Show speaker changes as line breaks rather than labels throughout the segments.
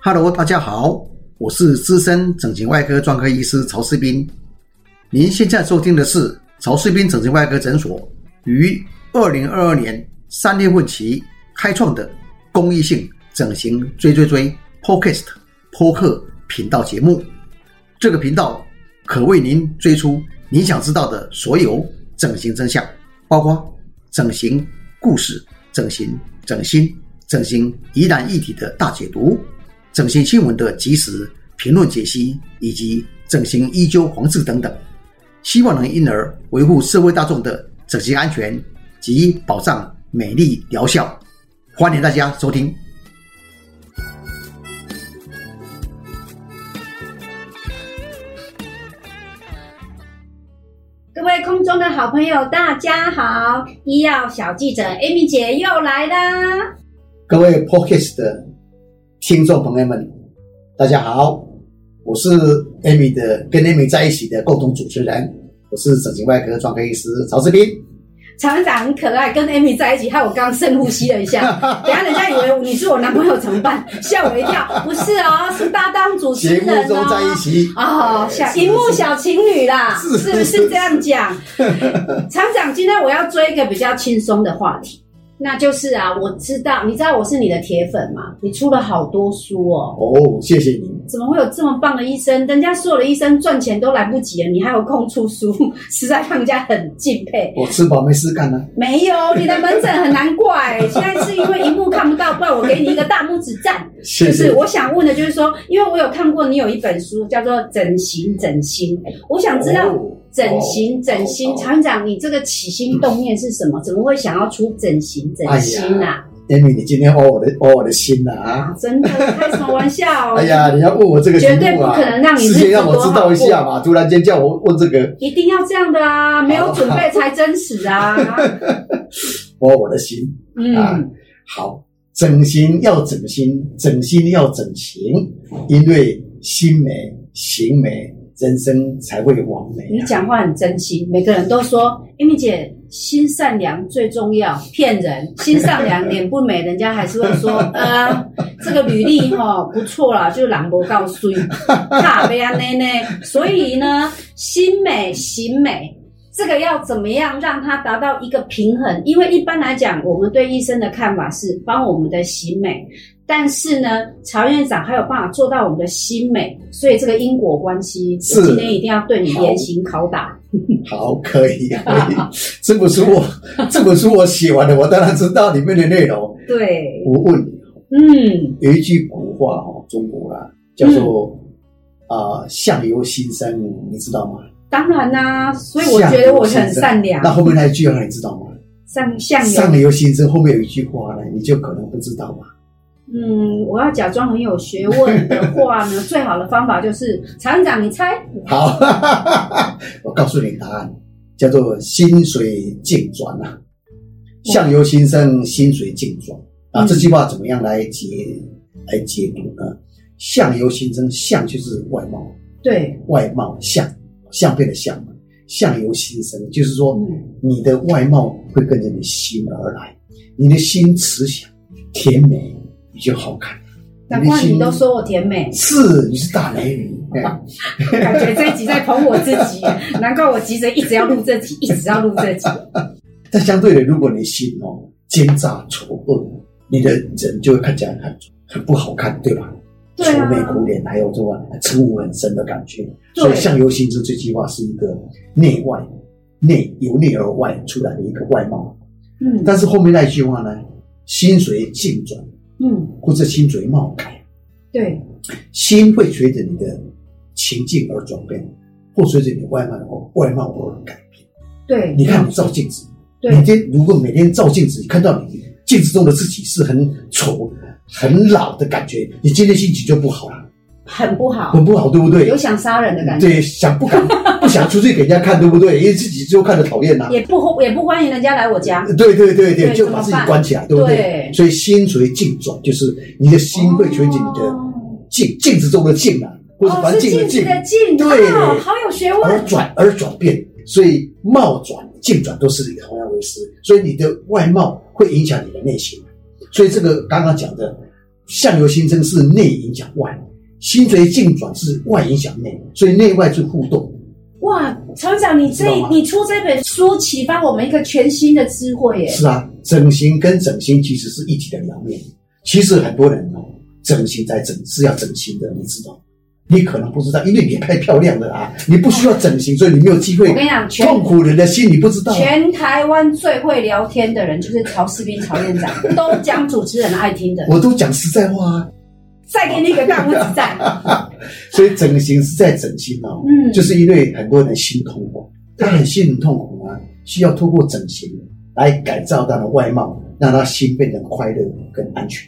Hello，大家好，我是资深整形外科专科医师曹世斌。您现在收听的是曹世斌整形外科诊所于二零二二年三月份起开创的公益性整形追追追 Podcast 播客频道节目。这个频道可为您追出您想知道的所有整形真相，包括整形故事、整形、整形、整形疑难议题的大解读、整形新闻的及时评论解析，以及整形医纠黄字等等。希望能因而维护社会大众的整形安全及保障美丽疗效。欢迎大家收听。
各位空中的好朋友，大家好！医药小记者 Amy 姐又来啦。
各位 Podcast 的听众朋友们，大家好，我是 Amy 的跟 Amy 在一起的共同主持人，我是整形外科专科医师曹志斌。
厂长很可爱，跟 Amy 在一起，害我刚深呼吸了一下， 等一下人家以为你是我男朋友怎么办？吓我一跳，不是哦，是搭档主持
节目
人
中在一
哦。
起，
哦，小荧幕小情侣啦，
是
是不是这样 讲？厂长，今天我要追一个比较轻松的话题，那就是啊，我知道，你知道我是你的铁粉嘛？你出了好多书哦，
哦，谢谢您。
怎么会有这么棒的医生？人家所有的医生赚钱都来不及了，你还有空出书， 实在让人家很敬佩。
我哦吃饱没事干呢、
没有， 你的门诊很难怪，现在是因为荧幕看不到，不然我给你一个大拇指 赞。
谢
就是
谢。
我想问的，就是说，因为我有看过你有一本书叫做《整形整心》，我想知道
哦
整形整心，
哦
厂长你这个起心动念是什么？怎么会想要出整形整心啊？
Amy，你今天挖我的挖我的心了啊！
真的开什么玩笑？
哎呀，你要问我这个题
哦绝对
目
不
啊，
可能让你
事
日
先
子
让我
多
知
好
道一
过
下嘛，突然间叫我问这个
一定要这样的啊，没有准备才真 实啊。
挖我的心啊
嗯，。
好，整形要整心，整心要整形，因为心美形美，人生才会完美、
你
啊。
讲话很真心，每个人都说，Amy 姐心善良最重要，骗 人。心善良，脸不美，人家还是会说，呃，这个履历哈、不错啦，就是兰博告 诉你，卡贝安内内。所以呢，心美行美。这个要怎么样让它达到一个平衡？因为一般来讲，我们对医生的看法是帮我们的行美，但是呢，曹院长还有办法做到我们的心美，所以这个因果关系，
是
我今天一定要对你严刑拷打。
好，可以，可以。 这本书 我这本书我写完了，我当然知道里面的内容。
对，
我问你，
嗯，
有一句古话哦，中国啦，叫做啊“相由心生”，你知道吗？
当然啦、所以我觉得我很善良
那，后面那一句话你知道吗？
善向
相
有。
由心生后面有一句话呢，你就可能不知道吧？
嗯，我要假装很有学问的话呢，最好的方法就是曹院长，你猜？
好， 我告诉你答案，叫做“心随境转”啊，“相由心生，心随境转”啊，
嗯
这句话怎么样来解来解读呢？“相由心生”，相就是外貌，
对，
外貌相相变的相嘛，相由心生，就是说
嗯，
你的外貌会跟着你心而来，你的心慈祥、甜美，你就好看。
难
的
怪
心，
你都说我甜美
是，你是大美女。 哎
感觉这一集在捧我自 己，难怪我急着一直要录这集，一直要录这集。
但相对的，如果你心哦奸诈丑恶，你的人就会看起来很很不好看，对吧？
对啊
愁眉苦脸，还有这种嗔苦很深的感觉。
对
所以相由心生这句话是一个内外内由内而外出来的一个外貌。
嗯
但是后面那一句话呢，心随境转，
嗯，
或者心随貌改。
对，
心会随着你的情境而转变，或随着你外貌哦外貌而改变。
对，
你看你照镜子，
对
每天如果每天照镜子，看到你镜子中的自己是很丑、很老的感觉，你今天心情就不好了，
很不好，
很不好，对不对
有？想杀人的感觉，
对，想不敢 不想出去给人家看，对不对？因为自己就看着讨厌啦、
也不也不欢迎人家来我家。
对对对
对
对，就把自己
怎么办
关起来，对不对？
对
所以心随境转，就是你的心会随着你的
哦
镜镜子中的镜啊，或者
哦
环
是
境的
镜
镜
子，的镜，
对
哦，好有学
而
问。
转而转变，所以貌转、境转都是同样回事。所以你的外貌会影响你的内心，所以这个刚刚讲的相由心生是内影响外，心随境转是外影响内，所以内外是互动。
哇，厂长，你
知
这
道吗
你出这本书启发我们一个全新的智慧耶！
是啊，整形跟整形其实是一体的两面。其实很多人哦，整形在整是要整形的，你知道？你可能不知道，因为你太漂亮了啊，你不需要整形，所以你没有机会
我。跟你讲，全
痛苦人的心你不知道、啊，
全台湾最会聊天的人就是曹世斌、曹院长，都讲主持人爱听的。
我都讲实在话啊。
再给你一个大拇 指赞。
所以整形是在整形哦，
嗯
就是因为很多人心痛苦，他很心很痛苦啊，需要通过整形来改造他的外貌，让他心变得快乐跟安全。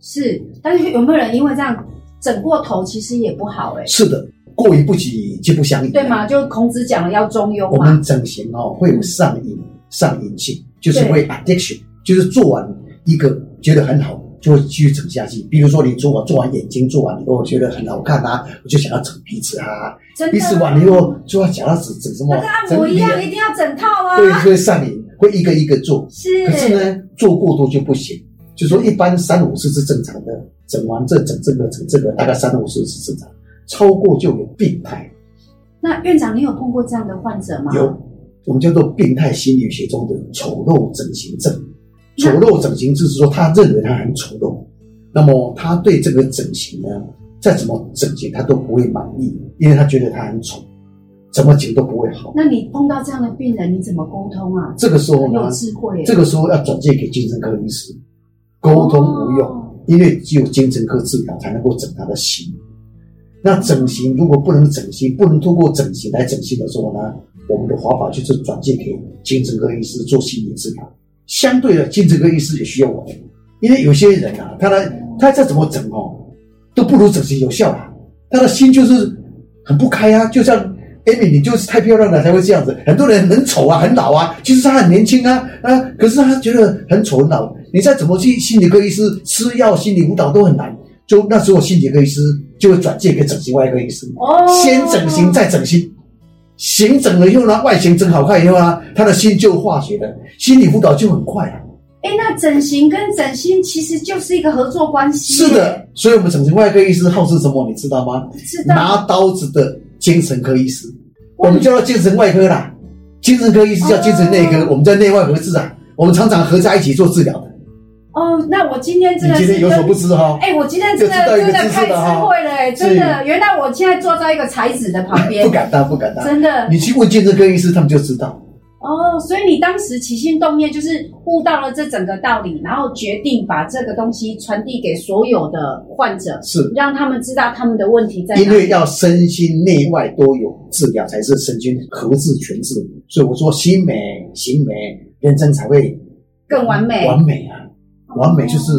是，但是有没有人因为这样整过头，其实也不好哎、
是的，过于不及就不相宜，
对吗？就孔子讲了要中庸
我
嘛，
们整形哦会有上瘾，上瘾性就是会 addiction，就是做完一个觉得很好，就会继续整下去。比如说你做完做完眼睛，做完以后觉得很好看啊，我就想要整鼻子啊，
真的。
鼻子完了以后就要想要整整什么
那跟按摩
整
一
脸，啊
样，一定要整套啊。
对，会上瘾，会一个一个做。
是。
可是呢，做过多就不行，就说一般三五次是正常的，整完这整这个整这个大概三五次是正常，超过就有病态。
那院长，你有碰过这样的患者吗？
有，我们叫做病态心理学中的丑陋整形症。丑陋整形就是说，他认为他很丑陋，那么他对这个整形呢，再怎么整形他都不会满意，因为他觉得他很丑，怎么整都不会好。
那你碰到这样的病人，你怎么沟通啊？
这个时候
很有
呢，
智慧耶、
这个时候要转介给精神科医师，沟通无用，
哦
因为只有精神科治疗才能够整他的心。那整形如果不能整形，不能通过整形来整形的时候呢，我们的方法就是转介给精神科医师做心理治疗。相对的，精神科医师也需要我们，因为有些人啊，他的他再怎么整哦，都不如整形有效啊。他的心就是很不开啊，就像 Amy，你就是太漂亮了才会这样子。很多人很丑啊，很老啊，其实他很年轻啊啊，可是他觉得很丑很老。你再怎么去心理科医师吃药、心理辅导都很难。就那时候心理科医师就会转介给整形外科医师，
哦，
先整形再整形。形整了以后呢，外形整好看以后呢，他的心就化学了，心理辅导就很快啊。
哎、那整形跟整心其实就是一个合作关系。
是的，，所以我们整形外科医师号是什么，你知道吗？
知道。
拿刀子的精神科医师，我们叫他精神外科啦，精神科医师叫精神内科
哦，
我们叫内外合治啊，我们常常合在一起做治疗的。
哦，那我今天真
你
的是
今天有所
跟
不知哈，
哎、我今天真的
就知道一
真
个
的
知识
开智
了哈
慧了、哎，真的，原来我现在坐在一个才子的旁边
不，敢当，不敢当。
真的
你去问精神科医师，他们就知道。
哦。所以你当时起心动念就是悟到了这整个道理，然后决定把这个东西传递给所有的患者，
是
让他们知道他们的问题在
因
哪
为
里。
要身心内外都有治疗，才是身心合治全治。所以我说，心美、行美，人生才会
更完美哦
完美啊，完美就是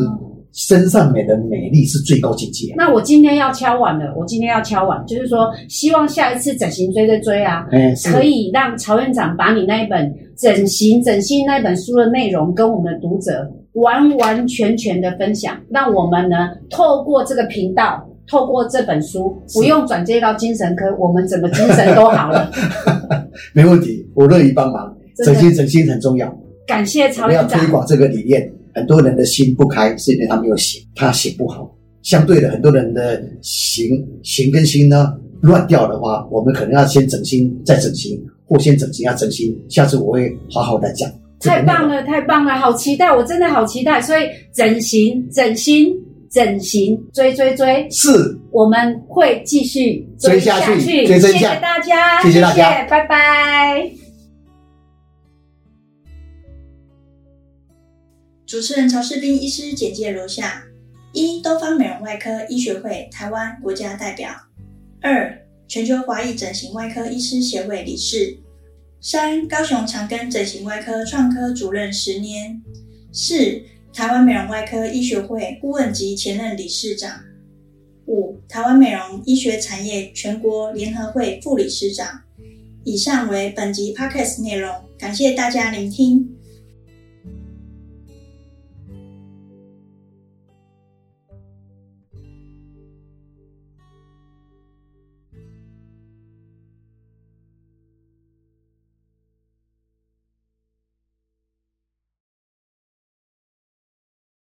身上美的美丽是最高境界啊。
那我今天要敲碗了，我今天要敲碗，就是说希望下一次整形追追追啊，
哎，是
可以让曹院长把你那一本《整形整形》那一本书的内容跟我们的读者完完全全的分享，让我们呢透过这个频道，透过这本书，
是
不用转接到精神科，我们整个精神都好 了。
没问题，我乐于帮忙。
真
整
的
形整形很重要，
感谢曹
我要
院长
推，广这个理念。很多人的心不开，是因为他没有行，他行不好。相对的，很多人的行行跟心呢乱掉的话，我们可能要先整形再整形，或先整形要整形。下次我会好好的讲。
太棒
了！
了，太棒了，好期待，我真的好期待。所以整形整形整形追追追，
是，
我们会继续
追
下
下去
谢
追追
谢
下
大家，
谢谢大家
谢拜拜。
主持人曹世斌医师简介如下：一、东方美容外科医学会台湾国家代表；二、全球华裔整形外科医师协会理事；三、高雄长庚整形外科创科主任十年；四、台湾美容外科医学会顾问及前任理事长；五、台湾美容医学产业全国联合会副理事长。以上为本集 podcast 内容，感谢大家聆听。